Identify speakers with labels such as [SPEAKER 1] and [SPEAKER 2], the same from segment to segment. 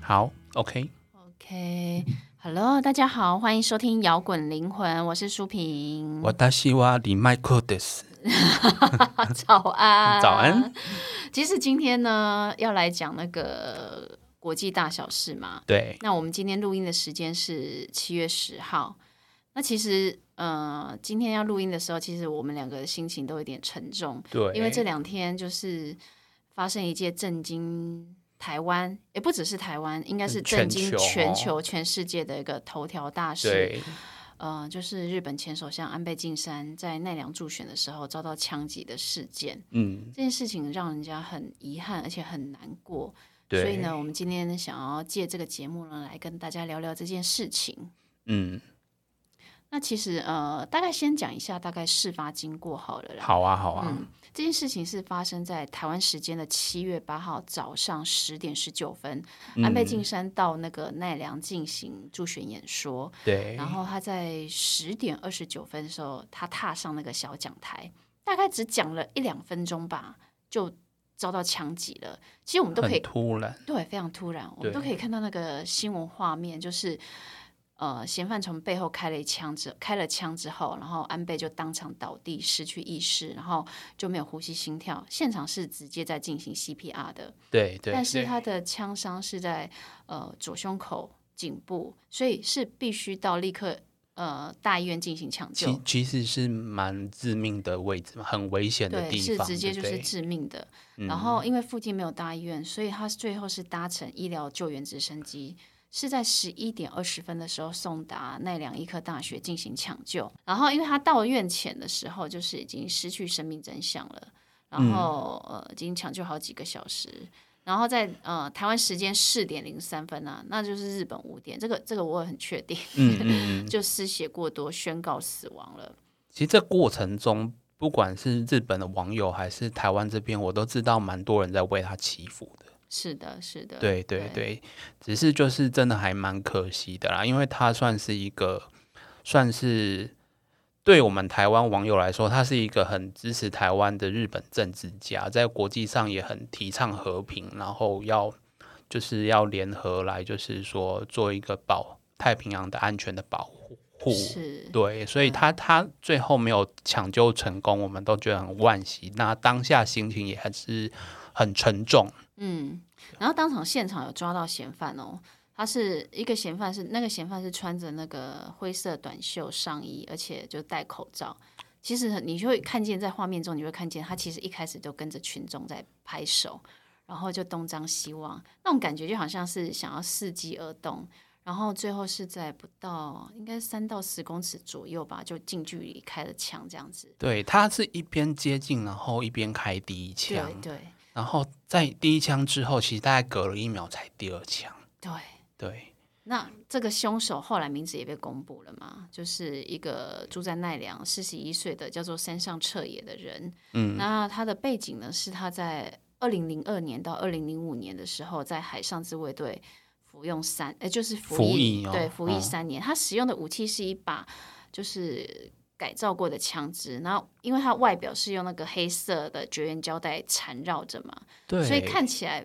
[SPEAKER 1] 好，OK，
[SPEAKER 2] OK，Hello，大家好，欢迎收听摇滚灵魂，我是舒平。
[SPEAKER 1] 我大西瓦里麦克德斯，
[SPEAKER 2] 早安，
[SPEAKER 1] 早安。
[SPEAKER 2] 其实今天呢，要来讲那个国际大小事嘛。
[SPEAKER 1] 对，
[SPEAKER 2] 那我们今天录音的时间是七月十号。那其实，呃，今天要录音的时候，其实我们两个心情都有点沉重，
[SPEAKER 1] 对，
[SPEAKER 2] 因为这两天就是发生一件震惊台湾，也不只是台湾，应该是震惊
[SPEAKER 1] 嗯全球哦
[SPEAKER 2] 全球、全世界的一个头条大事。
[SPEAKER 1] 对
[SPEAKER 2] 呃，就是日本前首相安倍晋三在奈良助选的时候遭到枪击的事件。
[SPEAKER 1] 嗯，
[SPEAKER 2] 这件事情让人家很遗憾，而且很难过。
[SPEAKER 1] 对，
[SPEAKER 2] 所以呢，我们今天想要借这个节目呢，来跟大家聊聊这件事情。
[SPEAKER 1] 嗯，
[SPEAKER 2] 那其实呃，大概先讲一下大概事发经过好了啦。
[SPEAKER 1] 好啊，好啊，
[SPEAKER 2] 嗯，这件事情是发生在台湾时间的七月八号早上十点十九分，
[SPEAKER 1] 嗯
[SPEAKER 2] 安倍晋三到那个奈良进行助选演说，
[SPEAKER 1] 对，
[SPEAKER 2] 然后他在十点二十九分的时候，他踏上那个小讲台，大概只讲了一两分钟吧，就遭到枪击了。其实我们都可
[SPEAKER 1] 很
[SPEAKER 2] 以
[SPEAKER 1] 突然，
[SPEAKER 2] 对，非常突然，我
[SPEAKER 1] 对
[SPEAKER 2] 们都可以看到那个新闻画面，就是呃，嫌犯从背后开了一枪之开了枪之后，然后安倍就当场倒地，失去意识，然后就没有呼吸心跳，现场是直接在进行 CPR 的，
[SPEAKER 1] 对对，
[SPEAKER 2] 但是
[SPEAKER 1] 对
[SPEAKER 2] 他的枪伤是在呃左胸口、颈部，所以是必须到立刻呃大医院进行抢救
[SPEAKER 1] 其。其实是蛮致命的位置嘛，很危险的
[SPEAKER 2] 对，
[SPEAKER 1] 地
[SPEAKER 2] 是
[SPEAKER 1] 方，
[SPEAKER 2] 直接就
[SPEAKER 1] 对嗯
[SPEAKER 2] 是
[SPEAKER 1] 不对
[SPEAKER 2] 致命的。然后因为附近没有大医院，所以他最后是搭乘医疗救援直升机，是在十一点二十分的时候送达奈良医科大学进行抢救。然后因为他到院前的时候，就是已经失去生命真相了，
[SPEAKER 1] 嗯
[SPEAKER 2] 然后、呃已经抢救好几个小时。然后在呃台湾时间四点零三分啊，那就是日本五点，这个这个我也很确定，
[SPEAKER 1] 嗯嗯嗯，
[SPEAKER 2] 就失血过多宣告死亡了。
[SPEAKER 1] 其实这过程中，不管是日本的网友还是台湾这边，我都知道蛮多人在为他祈福的。
[SPEAKER 2] 是的，是的，
[SPEAKER 1] 对对
[SPEAKER 2] 对
[SPEAKER 1] 对，只是就是真的还蛮可惜的啦，因为他算是一个，算是对我们台湾网友来说，他是一个很支持台湾的日本政治家，在国际上也很提倡和平，然后要就是要联合来，就是说做一个保太平洋的安全的保护。
[SPEAKER 2] 是。嗯
[SPEAKER 1] 对，所以他他最后没有抢救成功，我们都觉得很惋惜。那当下心情也还是很沉重。
[SPEAKER 2] 嗯，然后当场现场有抓到嫌犯哦，他是一个嫌犯是那个嫌犯是穿着那个灰色短袖上衣，而且就戴口罩。其实你就会看见在画面中，你会看见他其实一开始就跟着群众在拍手，然后就东张西望，那种感觉就好像是想要伺机而动。然后最后是在不到应该三到十公尺左右吧，就近距离开了枪这样子。
[SPEAKER 1] 对，他是一边接近，然后一边开第一
[SPEAKER 2] 对
[SPEAKER 1] 枪，
[SPEAKER 2] 对
[SPEAKER 1] 然后在第一枪之后，其实大概隔了一秒才第二枪。
[SPEAKER 2] 对，
[SPEAKER 1] 对，
[SPEAKER 2] 那这个凶手后来名字也被公布了嘛？就是一个住在奈良四十一岁的叫做山上彻也的人。嗯，那他的背景呢是他在二零零二年到二零零五年的时候，在海上自卫队服用三，呃，就是服
[SPEAKER 1] 服
[SPEAKER 2] 役，
[SPEAKER 1] 役哦
[SPEAKER 2] 对，服役
[SPEAKER 1] 嗯
[SPEAKER 2] 三年。他使用的武器是一把就是改造过的枪支，然后因为他外表是用那个黑色的绝缘胶带缠绕着嘛，
[SPEAKER 1] 对，
[SPEAKER 2] 所以看起来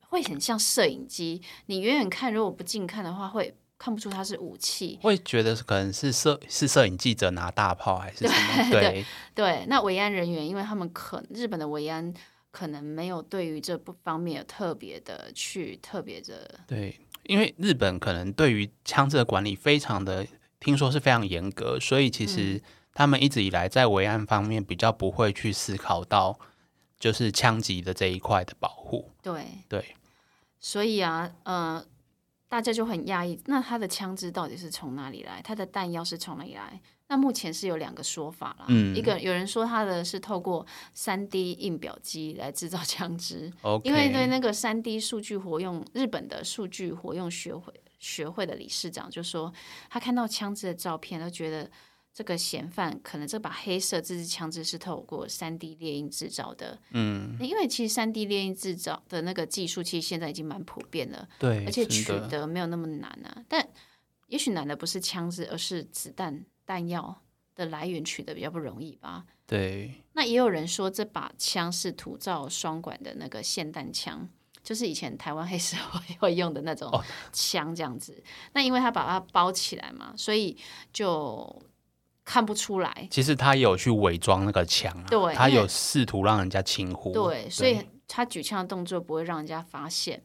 [SPEAKER 2] 会很像摄影机。你远远看，如果不近看的话，会看不出它是武器。
[SPEAKER 1] 会觉得是可能是摄是摄影记者拿大炮还是什么？
[SPEAKER 2] 对
[SPEAKER 1] 对
[SPEAKER 2] 对，那维安人员，因为他们可日本的维安可能没有对于这不方面有特别的去特别的，
[SPEAKER 1] 对，因为日本可能对于枪支的管理非常的，听说是非常严格，所以其
[SPEAKER 2] 嗯
[SPEAKER 1] 实他们一直以来在维安方面比较不会去思考到就是枪击的这一块的保护。
[SPEAKER 2] 对，
[SPEAKER 1] 对，
[SPEAKER 2] 所以啊，呃，大家就很讶异，那他的枪支到底是从哪里来？他的弹药是从哪里来？那目前是有两个说法啦，
[SPEAKER 1] 嗯
[SPEAKER 2] 一个有人说他的是透过三 D 印表机来制造枪支，
[SPEAKER 1] OK，
[SPEAKER 2] 因为对那个三 D 数据活用，日本的数据活用学会学会的理事长就说，他看到枪支的照片，他觉得这个嫌犯可能这把黑色这支枪支是透过三 D 猎鹰制造的。嗯，因为其实三 D 猎鹰制造的那个技术，其实现在已经蛮普遍了，
[SPEAKER 1] 对，
[SPEAKER 2] 而且
[SPEAKER 1] 真
[SPEAKER 2] 取
[SPEAKER 1] 的
[SPEAKER 2] 得没有那么难啊。但也许难的不是枪支，而是子弹弹药的来源取得比较不容易吧。
[SPEAKER 1] 对。
[SPEAKER 2] 那也有人说，这把枪是土造双管的那个霰弹枪，就是以前台湾黑社会会用的那种枪这样子。那因为他把它包起来嘛，所以就看不出来。
[SPEAKER 1] 其实他有去伪装那个枪、啊，
[SPEAKER 2] 对
[SPEAKER 1] 他
[SPEAKER 2] 因为
[SPEAKER 1] 有试图让人家轻忽，
[SPEAKER 2] 对，所以他举枪的动作不会让人家发现。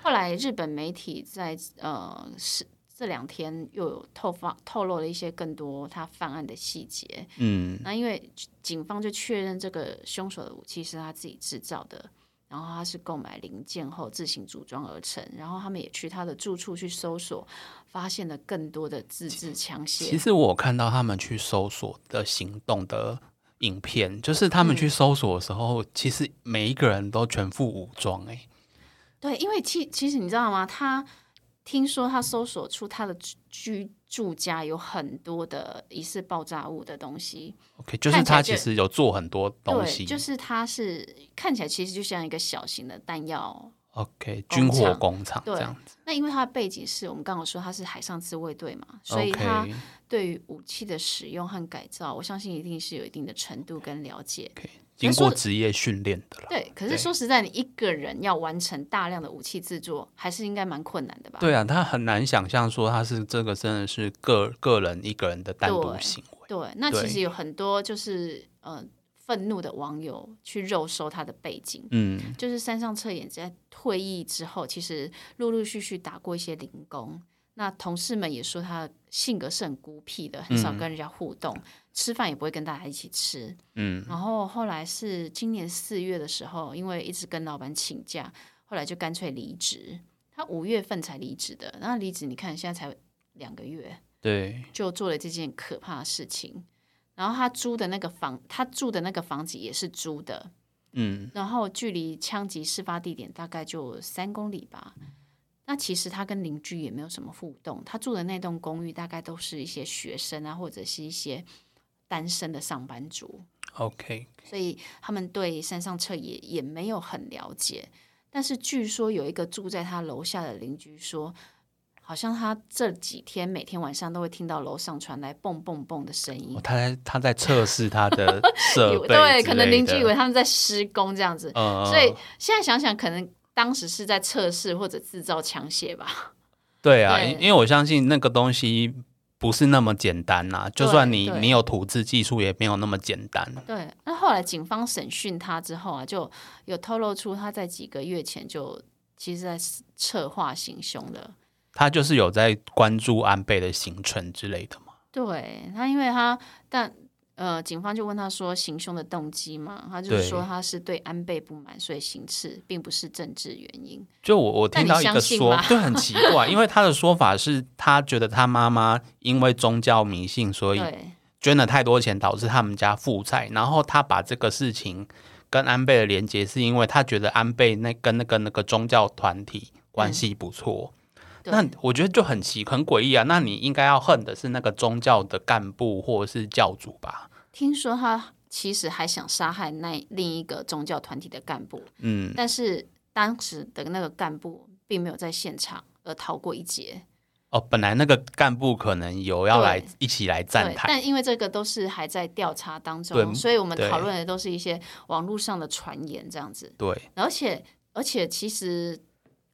[SPEAKER 2] 后来日本媒体在呃是这两天又有透发透露了一些更多他犯案的细节。
[SPEAKER 1] 嗯，
[SPEAKER 2] 那因为警方就确认这个凶手的武器是他自己制造的，然后他是购买零件后自行组装而成。然后他们也去他的住处去搜索，发现了更多的自制枪
[SPEAKER 1] 其
[SPEAKER 2] 械。
[SPEAKER 1] 实我有看到他们去搜索的行动的影片，就是他
[SPEAKER 2] 嗯
[SPEAKER 1] 们去搜索的时候，其实每一个人都全副武装、欸，
[SPEAKER 2] 对，因为其其实你知道吗？他听说他搜索出他的居居住家有很多的疑似爆炸物的东西，
[SPEAKER 1] OK，就是
[SPEAKER 2] 看起来
[SPEAKER 1] 他
[SPEAKER 2] 就
[SPEAKER 1] 其实有做很多东
[SPEAKER 2] 对，
[SPEAKER 1] 西，
[SPEAKER 2] 就是他是看起来其实就像一个小型的弹药
[SPEAKER 1] OK
[SPEAKER 2] 工
[SPEAKER 1] 军
[SPEAKER 2] 厂
[SPEAKER 1] 火工厂
[SPEAKER 2] 对
[SPEAKER 1] 这样子
[SPEAKER 2] 那因为他的背景是我们刚刚有说他是海上自卫队嘛，所以他
[SPEAKER 1] ，OK
[SPEAKER 2] 对于武器的使用和改造，我相信一定是有一定的程度跟了解。
[SPEAKER 1] OK，经
[SPEAKER 2] 说
[SPEAKER 1] 过职业训练的啦，
[SPEAKER 2] 对，啊可是
[SPEAKER 1] 对
[SPEAKER 2] 说实在，你一个人要完成大量的武器制作，还是应该蛮困难的吧？
[SPEAKER 1] 对啊，他很难想象说他是这个真的是个个人一个人的单独
[SPEAKER 2] 对
[SPEAKER 1] 行为，
[SPEAKER 2] 对，那其
[SPEAKER 1] 对
[SPEAKER 2] 实有很多就是呃愤怒的网友去肉搜他的背景，
[SPEAKER 1] 嗯，
[SPEAKER 2] 就是山上彻也在退役之后，其实陆陆续续打过一些零工。那同事们也说他性格是很孤僻的，很少跟人家互动，吃饭也不会跟大家一起吃。
[SPEAKER 1] 嗯，
[SPEAKER 2] 然后后来是今年四月的时候，因为一直跟老板请假，后来就干脆离职。他五月份才离职的，那离职你看现在才两个月，
[SPEAKER 1] 对，
[SPEAKER 2] 就做了这件可怕的事情。然后他租的那个房，他住的那个房子也是租的，
[SPEAKER 1] 嗯，
[SPEAKER 2] 然后距离枪击事发地点大概就三公里吧。那其实他跟邻居也没有什么互动，他住的那栋公寓大概都是一些学生啊，或者是一些单身的上班族，
[SPEAKER 1] OK，
[SPEAKER 2] 所以他们对山上彻也也没有很了解。但是据说有一个住在他楼下的邻居说，好像他这几天每天晚上都会听到楼上传来蹦蹦蹦的声音
[SPEAKER 1] 哦，他在他在测试他 的设
[SPEAKER 2] 以为
[SPEAKER 1] 备之类的，
[SPEAKER 2] 对，可能邻居以为他们在施工这样子，
[SPEAKER 1] 呃，
[SPEAKER 2] 所以现在想想，可能当时是在测试或者制造枪械吧。
[SPEAKER 1] 对啊，
[SPEAKER 2] 对
[SPEAKER 1] 因因为我相信那个东西不是那么简单呐、就
[SPEAKER 2] 对
[SPEAKER 1] 算你
[SPEAKER 2] 对
[SPEAKER 1] 你有土制技术，也没有那么简单。
[SPEAKER 2] 对，那后来警方审讯他之后啊，就有透露出他在几个月前就其实在策划行凶了。
[SPEAKER 1] 他就是有在关注安倍的行程之类的嘛。
[SPEAKER 2] 对他，因为他但。呃，警方就问他说行凶的动机嘛，他就是
[SPEAKER 1] 对
[SPEAKER 2] 说他是对安倍不满，所以行刺，并不是政治原因。
[SPEAKER 1] 就我我
[SPEAKER 2] 那
[SPEAKER 1] 听
[SPEAKER 2] 你
[SPEAKER 1] 到一
[SPEAKER 2] 相
[SPEAKER 1] 个
[SPEAKER 2] 信
[SPEAKER 1] 说
[SPEAKER 2] 吗，
[SPEAKER 1] 就很奇怪，因为他的说法是他觉得他妈妈因为宗教迷信，所以
[SPEAKER 2] 对
[SPEAKER 1] 捐了太多钱，导致他们家负债。然后他把这个事情跟安倍的连接，是因为他觉得安倍那跟那个那个宗教团体关系不错。
[SPEAKER 2] 嗯对
[SPEAKER 1] 那我觉得就很奇很诡异啊！那你应该要恨的是那个宗教的干部或者是教主吧？
[SPEAKER 2] 听说他其实还想杀害那另一个宗教团体的干部，
[SPEAKER 1] 嗯，
[SPEAKER 2] 但是当时的那个干部并没有在现场，而逃过一劫。
[SPEAKER 1] 哦，本来那个干部可能有要
[SPEAKER 2] 对
[SPEAKER 1] 来一起来站
[SPEAKER 2] 对，
[SPEAKER 1] 台，
[SPEAKER 2] 但因为这个都是还在调查当中，
[SPEAKER 1] 对
[SPEAKER 2] 所以我们
[SPEAKER 1] 对
[SPEAKER 2] 讨论的都是一些网络上的传言这样子。
[SPEAKER 1] 对，
[SPEAKER 2] 而且，而且其实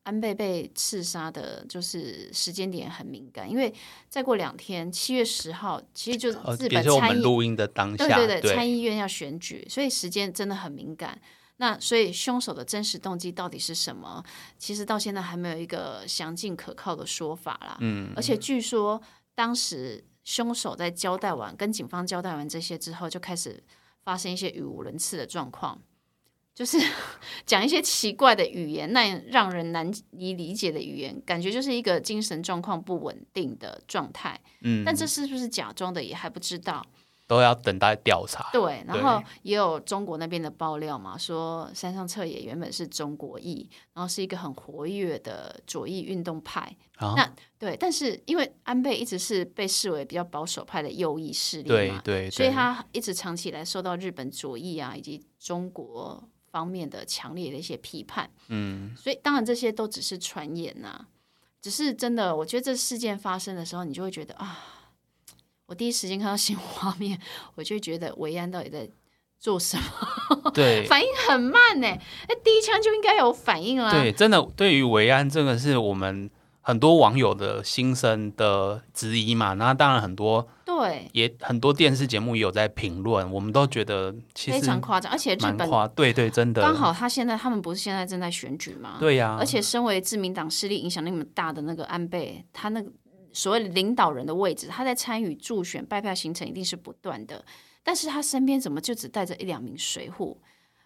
[SPEAKER 2] 安倍被刺杀的，就是时间点很敏感，因为再过两天，七月十号，其实就是
[SPEAKER 1] 呃，
[SPEAKER 2] 日
[SPEAKER 1] 也
[SPEAKER 2] 本
[SPEAKER 1] 是我
[SPEAKER 2] 参
[SPEAKER 1] 们
[SPEAKER 2] 议
[SPEAKER 1] 录音的当
[SPEAKER 2] 对
[SPEAKER 1] 下，
[SPEAKER 2] 对对，参议院要选举，所以时间真的很敏感。那所以凶手的真实动机到底是什么？其实到现在还没有一个详尽可靠的说法啦。嗯，而且据说当时凶手在交代完跟警方交代完这些之后，就开始发生一些语无伦次的状况，就是 讲一些奇怪的语言，那让人难以理解的语言，感觉就是一个精神状况不稳定的状态。
[SPEAKER 1] 嗯，
[SPEAKER 2] 但这是不是假装的也还不知道。
[SPEAKER 1] 都要等待调查。
[SPEAKER 2] 对，然
[SPEAKER 1] 对
[SPEAKER 2] 后也有中国那边的爆料嘛，说山上彻也原本是中国裔，然后是一个很活跃的左翼运动派。
[SPEAKER 1] 啊
[SPEAKER 2] 那对，但是因为安倍一直是被视为比较保守派的右翼势力
[SPEAKER 1] 对
[SPEAKER 2] 嘛，
[SPEAKER 1] 对，
[SPEAKER 2] 所以
[SPEAKER 1] 对
[SPEAKER 2] 他一直长期以来受到日本左翼啊以及中国方面的强烈的一些批判。嗯，所以当然这些都只是传言呐、只是真的，我觉得这事件发生的时候，你就会觉得啊，我第一时间看到新闻画面，我就会觉得维安到底在做什么？
[SPEAKER 1] 对
[SPEAKER 2] 反应很慢呢、哎、第一枪就应该有反应啦。
[SPEAKER 1] 对，真的对于维安这个是我们很多网友的心声的质疑嘛，那当然很多
[SPEAKER 2] 对
[SPEAKER 1] 也很多电视节目也有在评论，我们都觉得其
[SPEAKER 2] 非
[SPEAKER 1] 实
[SPEAKER 2] 常夸张，而且日
[SPEAKER 1] 蛮
[SPEAKER 2] 本
[SPEAKER 1] 夸，对对，真的
[SPEAKER 2] 刚好他现在他们不是现在正在选举吗？
[SPEAKER 1] 对呀、
[SPEAKER 2] 而且身为自民党势力影响力那么大的那个安倍，他那个所谓领导人的位置，他在参与助选拜票行程一定是不断的，但是他身边怎么就只带着一两名随护？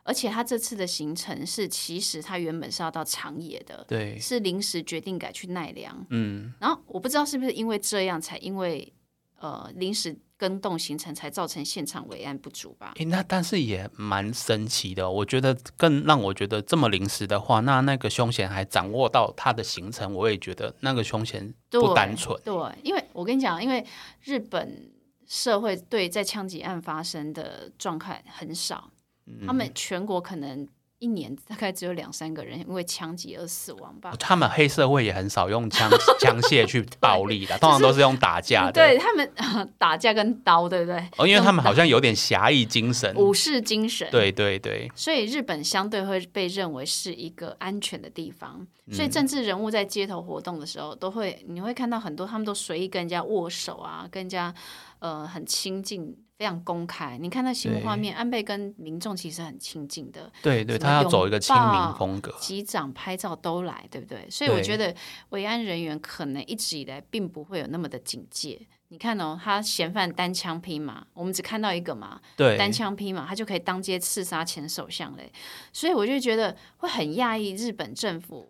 [SPEAKER 2] 而且他这次的行程是，其实他原本是要到长野的，
[SPEAKER 1] 对，
[SPEAKER 2] 是临时决定改去奈良。
[SPEAKER 1] 嗯，
[SPEAKER 2] 然后我不知道是不是因为这样，才因为呃临时更动行程，才造成现场维安不足吧？
[SPEAKER 1] 诶，那但是也蛮神奇的，我觉得更让我觉得这么临时的话，那那个凶险还掌握到他的行程，我也觉得那个凶险不
[SPEAKER 2] 对
[SPEAKER 1] 单纯，
[SPEAKER 2] 对，因为我跟你讲，因为日本社会对在枪击案发生的状态很少，
[SPEAKER 1] 嗯
[SPEAKER 2] 他们全国可能一年大概只有两三个人因为枪击而死亡吧。
[SPEAKER 1] 他们黑社会也很少用枪 枪械去暴力的，通常都是用打架的，
[SPEAKER 2] 对他们、 打架跟刀，对不对？
[SPEAKER 1] 哦，因为
[SPEAKER 2] 用哦
[SPEAKER 1] 他们好像有点侠义精神，
[SPEAKER 2] 武士精神。
[SPEAKER 1] 对对对，
[SPEAKER 2] 所以日本相对会被认为是一个安全的地方，所以政治人物在街头活动的时候，都会你会看到很多他们都随意跟人家握手啊，跟人家呃很亲近，非常公开。你看那新闻
[SPEAKER 1] 对
[SPEAKER 2] 画面，安倍跟民众其实很亲近的，
[SPEAKER 1] 对对，
[SPEAKER 2] 什么
[SPEAKER 1] 他要走一个亲
[SPEAKER 2] 拥
[SPEAKER 1] 民
[SPEAKER 2] 抱
[SPEAKER 1] 风格，
[SPEAKER 2] 击掌拍照都来，对不对？所以我
[SPEAKER 1] 对
[SPEAKER 2] 觉得维安人员可能一直以来并不会有那么的警戒。你看哦，他嫌犯单枪匹马，我们只看到一个嘛，
[SPEAKER 1] 对，
[SPEAKER 2] 单枪匹马，他就可以当街刺杀前首相嘞。所以我就觉得会很讶异日本政府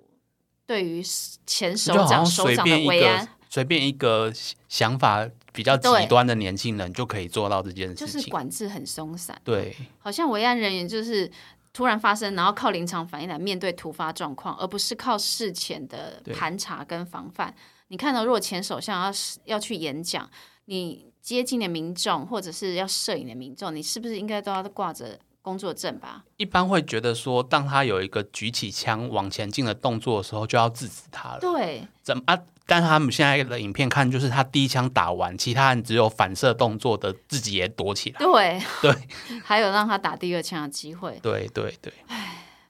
[SPEAKER 2] 对于前首
[SPEAKER 1] 就好
[SPEAKER 2] 长
[SPEAKER 1] 像
[SPEAKER 2] 首
[SPEAKER 1] 随
[SPEAKER 2] 长
[SPEAKER 1] 便
[SPEAKER 2] 的
[SPEAKER 1] 一
[SPEAKER 2] 维
[SPEAKER 1] 个
[SPEAKER 2] 安，
[SPEAKER 1] 随便一个想法比较
[SPEAKER 2] 对
[SPEAKER 1] 极端的年轻人就可以做到这件
[SPEAKER 2] 就
[SPEAKER 1] 事
[SPEAKER 2] 是
[SPEAKER 1] 情，
[SPEAKER 2] 管制很松散，
[SPEAKER 1] 对
[SPEAKER 2] 好像维安人员就是。突然发生，然后靠临场反应来面对突发状况，而不是靠事前的
[SPEAKER 1] 对
[SPEAKER 2] 盘查跟防范。你看到，如果前首相要是要去演讲，你接近的民众或者是要摄影的民众，你是不是应该都要挂着工作证吧？
[SPEAKER 1] 一般会觉得说，当他有一个举起枪往前进的动作的时候，就要制止他了。
[SPEAKER 2] 对，
[SPEAKER 1] 怎么啊？但他们现在的影片看，就是他第一枪打完，其他人只有反射动作的，自己也躲起来。
[SPEAKER 2] 对
[SPEAKER 1] 对，
[SPEAKER 2] 还有让他打第二枪的机会。
[SPEAKER 1] 对对对，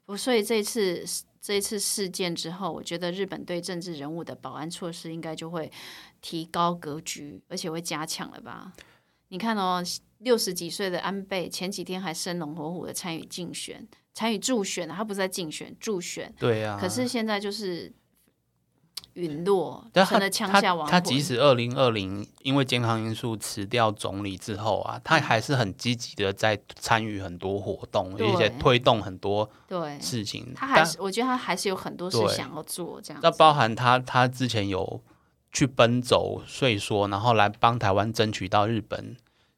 [SPEAKER 2] 不，所以这一次这一次事件之后，我觉得日本对政治人物的保安措施应该就会提高格局，而且会加强了吧？你看哦，六十几岁的安倍前几天还生龙活虎的参与竞选，参与助选啊，他不是在竞选助选，
[SPEAKER 1] 对啊。
[SPEAKER 2] 可是现在就是陨落，
[SPEAKER 1] 但
[SPEAKER 2] 成
[SPEAKER 1] 他
[SPEAKER 2] 了枪下
[SPEAKER 1] 他
[SPEAKER 2] 亡
[SPEAKER 1] 他
[SPEAKER 2] 魂。
[SPEAKER 1] 即使二零二零因为健康因素辞掉总理之后啊，
[SPEAKER 2] 嗯
[SPEAKER 1] 他还是很积极的在参与很多活动，
[SPEAKER 2] 对
[SPEAKER 1] 而且推动很多
[SPEAKER 2] 对，
[SPEAKER 1] 事情。
[SPEAKER 2] 他还是我觉得他还是有很多事
[SPEAKER 1] 对
[SPEAKER 2] 想要做这样
[SPEAKER 1] 那
[SPEAKER 2] 子。
[SPEAKER 1] 包含他，他之前有去奔走税说，然后来帮台湾争取到日本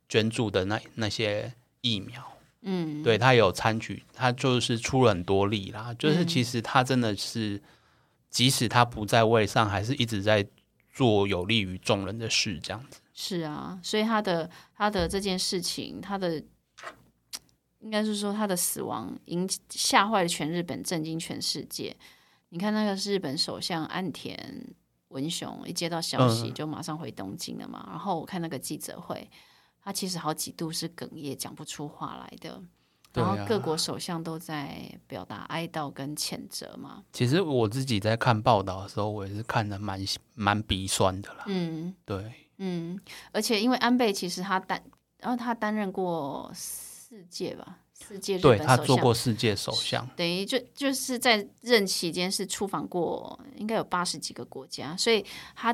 [SPEAKER 1] 捐助的那那些疫苗，
[SPEAKER 2] 嗯，
[SPEAKER 1] 对他有参与，他就是出了很多力啦。
[SPEAKER 2] 嗯
[SPEAKER 1] 就是其实他真的是，即使他不在位上，还是一直在做有利于众人的事，这样子。
[SPEAKER 2] 是啊，所以他的他的这件事情，他的应该是说他的死亡引起吓坏了全日本，震惊全世界。你看那个日本首相岸田文雄一接到消息
[SPEAKER 1] 嗯
[SPEAKER 2] 就马上回东京了嘛，然后我看那个记者会，他其实好几度是哽咽讲不出话来的。
[SPEAKER 1] 对
[SPEAKER 2] 然
[SPEAKER 1] 啊
[SPEAKER 2] 后各国首相都在表达哀悼跟谴责嘛，
[SPEAKER 1] 其实我自己在看报道的时候，我也是看的蛮蛮鼻酸的啦。
[SPEAKER 2] 嗯，
[SPEAKER 1] 对，
[SPEAKER 2] 嗯，而且因为安倍其实他担，然后他担任过四届吧，四届日
[SPEAKER 1] 对
[SPEAKER 2] 本
[SPEAKER 1] 他
[SPEAKER 2] 首
[SPEAKER 1] 做
[SPEAKER 2] 相，
[SPEAKER 1] 过世界首相，
[SPEAKER 2] 等于就就是在任期间是出访过应该有八十几个国家，所以他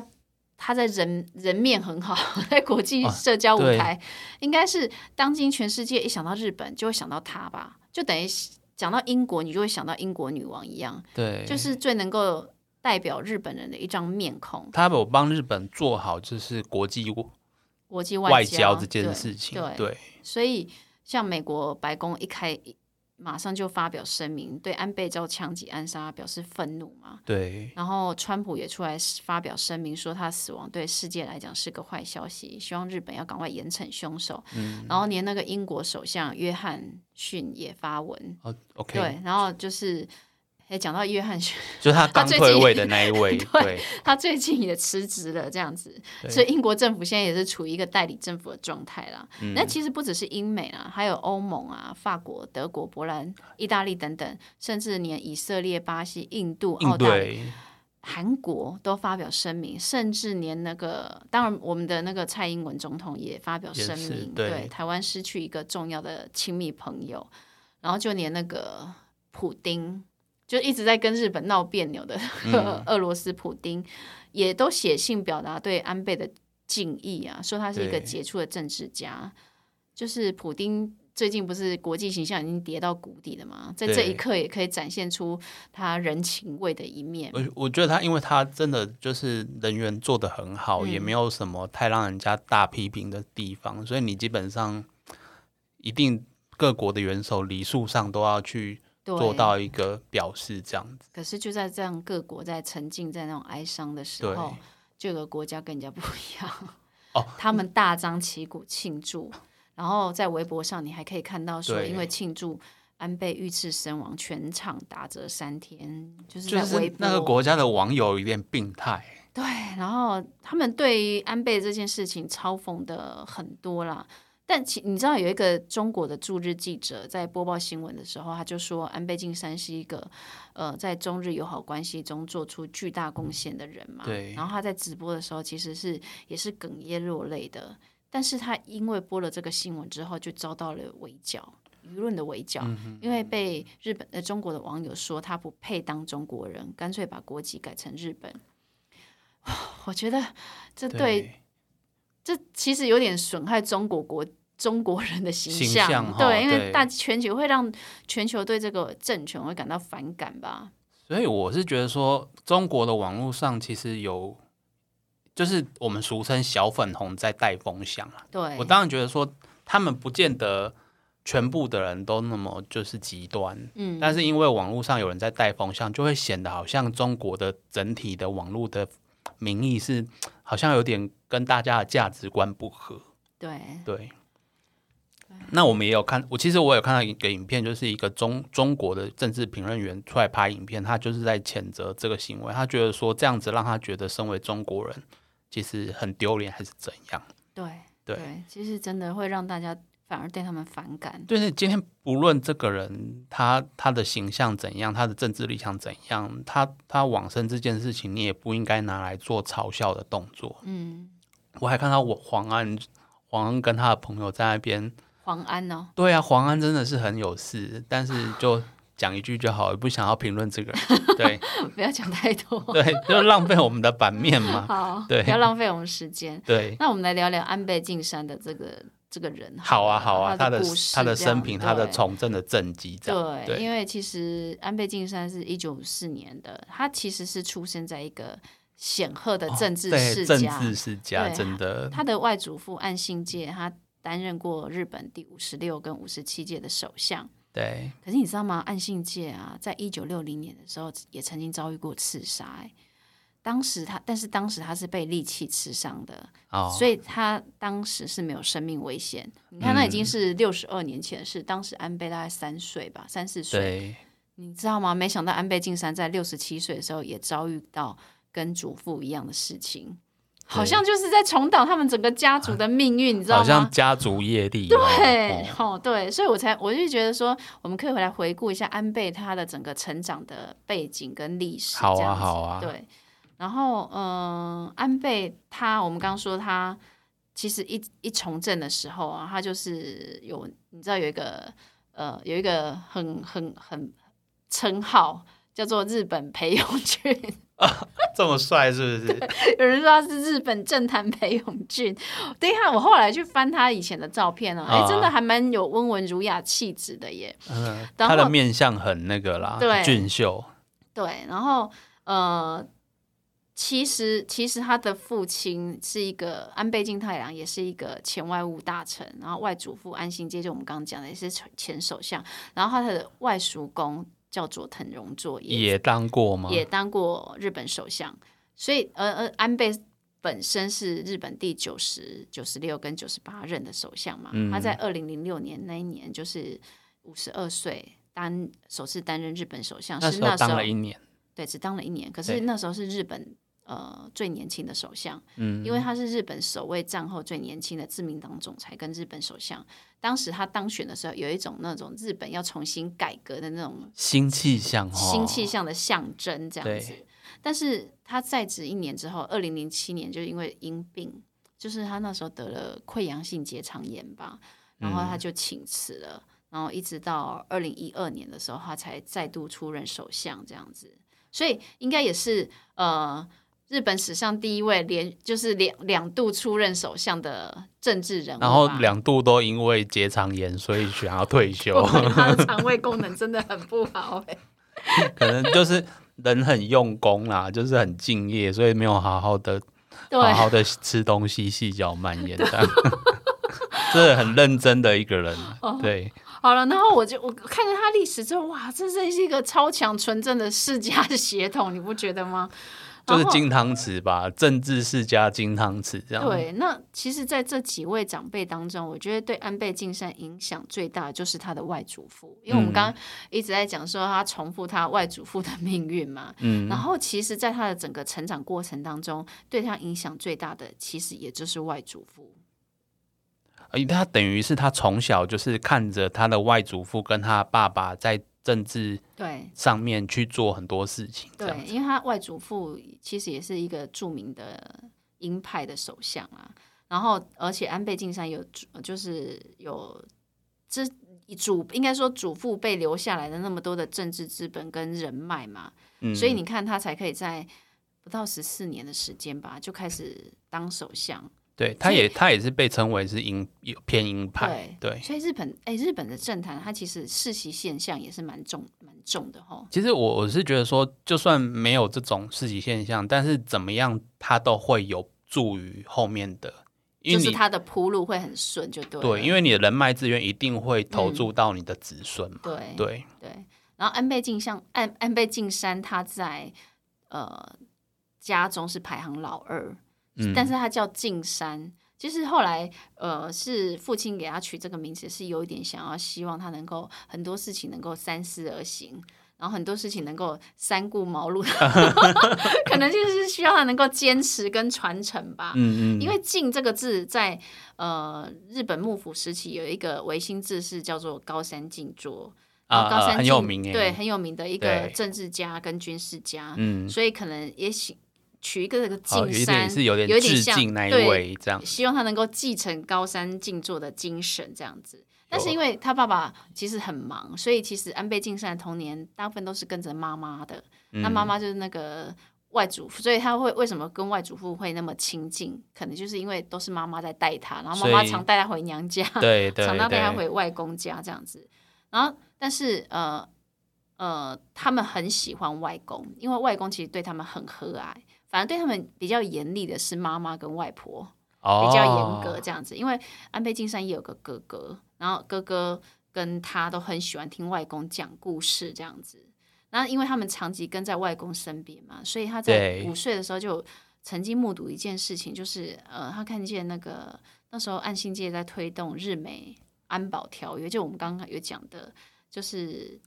[SPEAKER 2] 他在人人面很好， 在国际
[SPEAKER 1] 啊
[SPEAKER 2] 社交舞
[SPEAKER 1] 对
[SPEAKER 2] 台、应该是当今全世界一想到日本就会想到他吧，就等于讲到英国你就会想到英国女王一样，
[SPEAKER 1] 对，
[SPEAKER 2] 就是最能够代表日本人的一张面孔，
[SPEAKER 1] 他有帮日本做好就是国际
[SPEAKER 2] 国际
[SPEAKER 1] 外
[SPEAKER 2] 交
[SPEAKER 1] 交这件
[SPEAKER 2] 对
[SPEAKER 1] 事情，
[SPEAKER 2] 对
[SPEAKER 1] 对
[SPEAKER 2] 所以，像美国白宫一开，马上就发表声明，对安倍遭枪击暗杀表示愤怒嘛。
[SPEAKER 1] 对
[SPEAKER 2] 然后，川普也出来发表声明，说他死亡对世界来讲是个坏消息，希望日本要赶快严惩凶手。然后，连那个英国首相约翰逊也发文，
[SPEAKER 1] 哦，OK，
[SPEAKER 2] 对，然后就是哎，讲到约翰逊，
[SPEAKER 1] 就是他
[SPEAKER 2] 他
[SPEAKER 1] 刚
[SPEAKER 2] 最
[SPEAKER 1] 退
[SPEAKER 2] 近
[SPEAKER 1] 位的那一位，
[SPEAKER 2] 对
[SPEAKER 1] 对
[SPEAKER 2] 他最近也辞职了，这样子，
[SPEAKER 1] 对
[SPEAKER 2] 所以英国政府现在也是处于一个代理政府的状态啦。那其实不只是英美啊，还有欧盟啊、法国、德国、波兰、意大利等等，甚至连以色列、巴西、印度、澳
[SPEAKER 1] 应
[SPEAKER 2] 大利亚、
[SPEAKER 1] 对，
[SPEAKER 2] 韩国都发表声明，甚至连那个，当然我们的那个蔡英文总统也发表声
[SPEAKER 1] 也是
[SPEAKER 2] 明，
[SPEAKER 1] 对
[SPEAKER 2] 台湾失去一个重要的亲密朋友，然后就连那个普丁，就一直在跟日本闹别扭的
[SPEAKER 1] 嗯
[SPEAKER 2] 俄罗斯普丁，也都写信表达对安倍的敬意啊，说他是一个
[SPEAKER 1] 对
[SPEAKER 2] 杰出的政治家。就是普丁最近不是国际形象已经跌到谷底了嘛，在这
[SPEAKER 1] 对
[SPEAKER 2] 一刻也可以展现出他人情味的一面。
[SPEAKER 1] 我我觉得他，因为他真的就是人员做得很
[SPEAKER 2] 嗯
[SPEAKER 1] 好，也没有什么太让人家大批评的地方，所以你基本上一定各国的元首礼数上都要去
[SPEAKER 2] 对
[SPEAKER 1] 做到一个表示，这样子。
[SPEAKER 2] 可是就在这样各国在沉浸在那种哀伤的时
[SPEAKER 1] 对，
[SPEAKER 2] 候，就有个国家跟人家不一样
[SPEAKER 1] 哦，
[SPEAKER 2] 他们大张旗鼓庆祝，然后在微博上你还可以看到说，
[SPEAKER 1] 对
[SPEAKER 2] 因为庆祝安倍遇刺身亡，全场打折三天，就是
[SPEAKER 1] 就
[SPEAKER 2] 在微
[SPEAKER 1] 是
[SPEAKER 2] 博
[SPEAKER 1] 那个国家的网友有点病态，
[SPEAKER 2] 对，然后他们对于安倍这件事情嘲讽的很多啦。但其你知道有一个中国的驻日记者在播报新闻的时候，他就说安倍晋三是一个呃在中日友好关系中做出巨大贡献的人嘛。
[SPEAKER 1] 对
[SPEAKER 2] 啊然后他在直播的时候其实是也是哽咽落泪的，但是他因为播了这个新闻之后，就遭到了围剿。舆论的围
[SPEAKER 1] 嗯
[SPEAKER 2] 剿，因为被日本呃中国的网友说他不配当中国人，干脆把国籍改成日本。我觉得这对这其实有点损害中国国中国人的形
[SPEAKER 1] 形象哈
[SPEAKER 2] 对，因为
[SPEAKER 1] 对
[SPEAKER 2] 大全球会让全球对这个政权会感到反感吧。
[SPEAKER 1] 所以我是觉得说，中国的网络上其实有，就是我们俗称小粉红在带风向啦。
[SPEAKER 2] 对
[SPEAKER 1] 我，当然觉得说，他们不见得全部的人都那么就是极端，
[SPEAKER 2] 嗯，
[SPEAKER 1] 但是因为网络上有人在带风向，就会显得好像中国的整体的网络的民意是好像有点跟大家的价值观不合。
[SPEAKER 2] 对，
[SPEAKER 1] 对。那我们也有看，我其实我有看到一个影片，就是一个中中国的政治评论员出来拍影片，他就是在谴责这个行为，他觉得说这样子让他觉得身为中国人其实很丢脸，还是怎样？
[SPEAKER 2] 对，
[SPEAKER 1] 对
[SPEAKER 2] 对，其实真的会让大家反而对他们反感。
[SPEAKER 1] 对，今天不论这个人他他的形象怎样，他的政治立场怎样，他他往生这件事情，你也不应该拿来做嘲笑的动作。
[SPEAKER 2] 嗯，
[SPEAKER 1] 我还看到我黄安黄安跟他的朋友在那边，
[SPEAKER 2] 黄安哦，
[SPEAKER 1] 对啊，黄安真的是很有事，但是就讲一句就好，也不想要评论这个人， 对
[SPEAKER 2] 不要讲太多，
[SPEAKER 1] 对，就浪费我们的版面嘛，
[SPEAKER 2] 好，
[SPEAKER 1] 对
[SPEAKER 2] 不要浪费我们时间。
[SPEAKER 1] 对。
[SPEAKER 2] 那我们来聊聊安倍晋三的这个这个人了。
[SPEAKER 1] 好啊，好啊，他
[SPEAKER 2] 的
[SPEAKER 1] 的
[SPEAKER 2] 故事
[SPEAKER 1] 他的
[SPEAKER 2] 这样
[SPEAKER 1] 生平，他的
[SPEAKER 2] 对
[SPEAKER 1] 从政的政绩，这样
[SPEAKER 2] 对，因为其实安倍晋三是一九五四年的，他其实是出生在一个显赫的政治世
[SPEAKER 1] 哦对政
[SPEAKER 2] 家。
[SPEAKER 1] 治世家，
[SPEAKER 2] 对
[SPEAKER 1] 真的
[SPEAKER 2] 他的外祖父岸信介，他担任过日本第五十六跟五十七届的首相。
[SPEAKER 1] 对，
[SPEAKER 2] 可是你知道吗？岸信介啊，在一九六零年的时候也曾经遭遇过刺杀、欸当时他，但是当时他是被利器刺伤的，
[SPEAKER 1] 哦，
[SPEAKER 2] 所以他当时是没有生命危险。你看，那已经
[SPEAKER 1] 嗯
[SPEAKER 2] 是六十二年前的事，当时安倍大概三岁吧，三四岁。
[SPEAKER 1] 对，
[SPEAKER 2] 你知道吗？没想到安倍晋三在六十七岁的时候也遭遇到跟祖父一样的事情，好像就是在重蹈他们整个家族的命运，你知道
[SPEAKER 1] 好像
[SPEAKER 2] 吗？
[SPEAKER 1] 家族业力哦。
[SPEAKER 2] 对，
[SPEAKER 1] 哦
[SPEAKER 2] 哦，对，所以我才我就觉得说，我们可以回来回顾一下安倍他的整个成长的背景跟历史。
[SPEAKER 1] 好
[SPEAKER 2] 这样
[SPEAKER 1] 啊，
[SPEAKER 2] 子
[SPEAKER 1] 好啊，
[SPEAKER 2] 对，然后嗯、呃安倍他，我们刚刚说他其实一一从政的时候啊，他就是有你知道有一个呃有一个很很很称号。叫做日本裴勇 俊，
[SPEAKER 1] 这么帅是不是？
[SPEAKER 2] 有人说他是日本政坛 裴勇俊。等一下，我后来去翻他以前的照片啊，哎、
[SPEAKER 1] 啊
[SPEAKER 2] 真的还蛮有温文儒雅气质的耶。
[SPEAKER 1] 嗯，
[SPEAKER 2] 然
[SPEAKER 1] 他的
[SPEAKER 2] 后
[SPEAKER 1] 面相很那个啦，
[SPEAKER 2] 对
[SPEAKER 1] 俊秀，
[SPEAKER 2] 对，然后呃，其实其实他的父亲是一个安倍晋太郎，也是一个前外务大臣，然后外祖父安信介就我们刚刚讲的也是前前首相，然后他的外叔公叫佐藤荣作也
[SPEAKER 1] 也当过吗？
[SPEAKER 2] 也当过日本首相，所以呃呃，安倍本身是日本第九十九十六跟九十八任的首相嘛，
[SPEAKER 1] 嗯
[SPEAKER 2] 他在二零零六年那一年就是五十二岁担首次担任日本首相，
[SPEAKER 1] 那
[SPEAKER 2] 是
[SPEAKER 1] 时
[SPEAKER 2] 那
[SPEAKER 1] 候
[SPEAKER 2] 时
[SPEAKER 1] 当
[SPEAKER 2] 候
[SPEAKER 1] 了一年，
[SPEAKER 2] 对只当了一年，可
[SPEAKER 1] 对
[SPEAKER 2] 是那时候是日本呃最年轻的首相，
[SPEAKER 1] 嗯，
[SPEAKER 2] 因为他是日本首位战后最年轻的自民党总裁跟日本首相。当时他当选的时候，有一种那种日本要重新改革的那种
[SPEAKER 1] 新气象哦，
[SPEAKER 2] 新气象的象征这样子
[SPEAKER 1] 对。
[SPEAKER 2] 但是他在职一年之后，二零零七年就因为因病，就是他那时候得了溃疡性结肠炎吧，然
[SPEAKER 1] 嗯
[SPEAKER 2] 后他就请辞了，然后一直到二零一二年的时候，他才再度出任首相这样子。所以应该也是呃，日本史上第一位连就是两两度出任首相的政治人物吧。
[SPEAKER 1] 然后两度都因为结肠炎，所以想要退 休，
[SPEAKER 2] 他的肠胃功能真的很不好、欸，
[SPEAKER 1] 可能就是人很用功啦，就是很敬业，所以没有好好的
[SPEAKER 2] 对，
[SPEAKER 1] 好好的吃东西，细嚼慢 咽这样。 这很认真的一个人，
[SPEAKER 2] 哦
[SPEAKER 1] 对，
[SPEAKER 2] 好了，然后我就我看着他历史之后，哇，这真是一个超强纯正的世家血统，你不觉得吗？
[SPEAKER 1] 就是
[SPEAKER 2] 然后
[SPEAKER 1] 金汤匙吧，政治世家金汤匙这样。
[SPEAKER 2] 对，那其实，在这几位长辈当中，我觉得对安倍晋三影响最大的就是他的外祖父，因为我们刚刚一直在讲说他重复他外祖父的命运嘛。嗯。 然后，其实，在他的整个成长过程当中，对他影响最大的，其实也就是外祖父。
[SPEAKER 1] 而哎他等于是他从小就是看着他的外祖父跟他爸爸在政治
[SPEAKER 2] 对，
[SPEAKER 1] 上面去做很多事情，这样
[SPEAKER 2] 对，因为他外祖父其实也是一个著名的鹰派的首相啊，然后而且安倍晋三有主就是有这祖应该说祖父辈留下来的那么多的政治资本跟人脉嘛，
[SPEAKER 1] 嗯
[SPEAKER 2] 所以你看他才可以在不到十四年的时间吧，就开始当首相。
[SPEAKER 1] 对，他也他也是被称为是鹰偏鹰派，对，
[SPEAKER 2] 所以日本哎，日本的政坛它其实世袭现象也是蛮重蛮重的吼。
[SPEAKER 1] 其实我我是觉得说，就算没有这种事情现象，但是怎么样，它都会有助于后面的，因
[SPEAKER 2] 就
[SPEAKER 1] 为
[SPEAKER 2] 是
[SPEAKER 1] 你
[SPEAKER 2] 他的铺路会很顺，就对了。
[SPEAKER 1] 对，因为你的人脉资源一定会投注到你的子孙嘛。
[SPEAKER 2] 对
[SPEAKER 1] 对，
[SPEAKER 2] 对，然后安倍晋三，安安倍晋三他在呃家中是排行老二，
[SPEAKER 1] 嗯
[SPEAKER 2] 但是他叫晋三。就是后来，呃，是父亲给他取这个名字，是有一点想要希望他能够很多事情能够三思而行，然后很多事情能够三顾 茅庐，可能就是需要他能够坚持跟传承吧。
[SPEAKER 1] 嗯嗯，
[SPEAKER 2] 因为“晋”这个字在呃日本幕府时期有一个维新志士叫做高山静坐，然
[SPEAKER 1] 啊
[SPEAKER 2] 后高山
[SPEAKER 1] 很
[SPEAKER 2] 静
[SPEAKER 1] 有名诶
[SPEAKER 2] 对，很有名的一个
[SPEAKER 1] 对
[SPEAKER 2] 政治家跟军事家，
[SPEAKER 1] 嗯，
[SPEAKER 2] 所以可能也许取一个这个
[SPEAKER 1] 好，有
[SPEAKER 2] 晋
[SPEAKER 1] 一
[SPEAKER 2] 山，
[SPEAKER 1] 点是有点
[SPEAKER 2] 有
[SPEAKER 1] 致
[SPEAKER 2] 像
[SPEAKER 1] 敬那一
[SPEAKER 2] 对
[SPEAKER 1] 位这样。
[SPEAKER 2] 希望他能够继承高山静坐的精神，这样子。但是
[SPEAKER 1] 有
[SPEAKER 2] 因为他爸爸其实很忙，所以其实安倍晋三的童年大部分都是跟着妈妈的。
[SPEAKER 1] 嗯
[SPEAKER 2] 那妈妈就是那个外祖父，所以他会为什么跟外祖父会那么亲近？可能就是因为都是妈妈在带他，然后妈妈
[SPEAKER 1] 所以
[SPEAKER 2] 常带他回娘家，
[SPEAKER 1] 对 对
[SPEAKER 2] 常常带他
[SPEAKER 1] 对，
[SPEAKER 2] 回外公家这样子。然后，但是呃呃，他们很喜欢外公，因为外公其实对他们很和蔼，反而对他们比较严厉的是妈妈跟外婆。
[SPEAKER 1] 哦
[SPEAKER 2] 比较严格这样子，因为安倍晋三也有个哥哥，然后哥哥跟他都很喜欢听外公讲故事这样子。然后因为他们长期跟在外公身边嘛，所以他在
[SPEAKER 1] 对
[SPEAKER 2] 五岁的时候就曾经目睹一件事情，就是呃，他看见那个那时候岸信介在推动日美安保条约，就我们刚刚有讲的，就是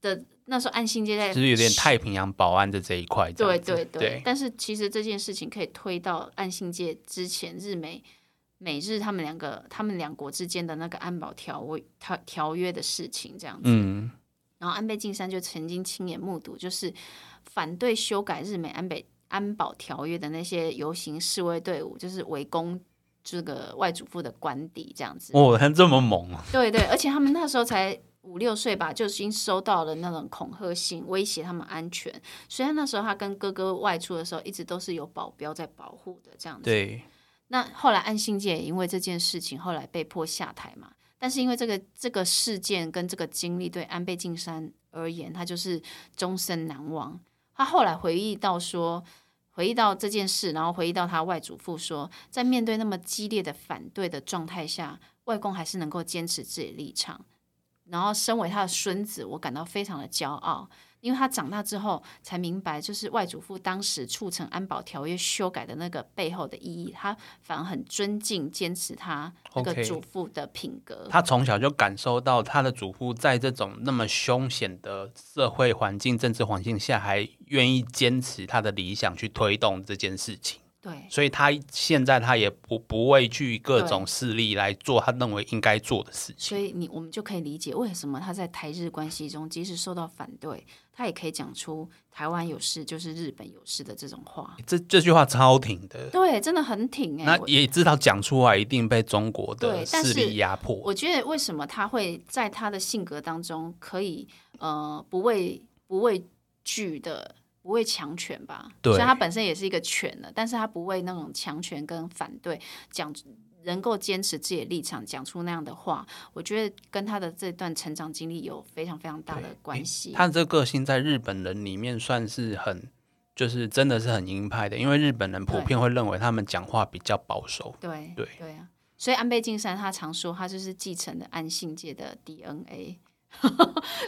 [SPEAKER 2] 的那时候岸信介在
[SPEAKER 1] 就是有点太平洋保安的这一块这
[SPEAKER 2] 对
[SPEAKER 1] 样子。
[SPEAKER 2] 对对，
[SPEAKER 1] 对
[SPEAKER 2] 但是其实这件事情可以推到岸信介之前日美美日他们两个他们两国之间的那个安保条约条条约的事情这样子。
[SPEAKER 1] 嗯，
[SPEAKER 2] 然后安倍晋三就曾经亲眼目睹，就是反对修改日美安北安保条约的那些游行示威队伍，就是围攻这个外祖父的官邸这样子。
[SPEAKER 1] 哦，他这么猛哦，
[SPEAKER 2] 对对，而且他们那时候才五六岁吧，就已经收到了那种恐吓信，威胁他们安全。虽然那时候他跟哥哥外出的时候，一直都是有保镖在保护的这样子。
[SPEAKER 1] 对，
[SPEAKER 2] 那后来安信介也因为这件事情，后来被迫下台嘛。但是因为这个这个事件跟这个经历，对安倍晋三而言，他就是终身难忘。他后来回忆到说，回忆到这件事，然后回忆到他外祖父说，在面对那么激烈的反对的状态下，外公还是能够坚持自己的立场。然后，身为他的孙子，我感到非常的骄傲。因为他长大之后才明白，就是外祖父当时促成安保条约修改的那个背后的意义，他反而很尊敬、坚持他那个
[SPEAKER 1] OK
[SPEAKER 2] 祖父的品格。
[SPEAKER 1] 他从小就感受到他的祖父在这种那么凶险的社会环境、政治环境下，还愿意坚持他的理想去推动这件事情，
[SPEAKER 2] 对
[SPEAKER 1] 所以他现在他也不不畏惧各
[SPEAKER 2] 对
[SPEAKER 1] 种势力来做他认为应该做的事
[SPEAKER 2] 所
[SPEAKER 1] 情。
[SPEAKER 2] 以你我们就可以理解为什么他在台日关系中，即使受到反对，他也可以讲出台湾有事就是日本有事的这种话。
[SPEAKER 1] 这这句话超挺的，
[SPEAKER 2] 对，真的很挺哎、
[SPEAKER 1] 那
[SPEAKER 2] 我
[SPEAKER 1] 也知道讲出来一定被中国的
[SPEAKER 2] 对但
[SPEAKER 1] 势
[SPEAKER 2] 是
[SPEAKER 1] 力压迫。
[SPEAKER 2] 我觉得为什么他会在他的性格当中可以呃不畏不畏惧的不畏强权吧？
[SPEAKER 1] 对
[SPEAKER 2] 所以他本身也是一个犬的，但是他不畏那种强权跟反对，讲能够坚持自己的立场，讲出那样的话，我觉得跟他的这段成长经历有非常非常大的关系。
[SPEAKER 1] 他这个性在日本人里面算是很，就是真的是很鹰派的，因为日本人普
[SPEAKER 2] 对
[SPEAKER 1] 遍会认为他们讲话比较保守。
[SPEAKER 2] 对
[SPEAKER 1] 对
[SPEAKER 2] 对啊，所以安倍晋三他常说他就是继承了安信界的 DNA。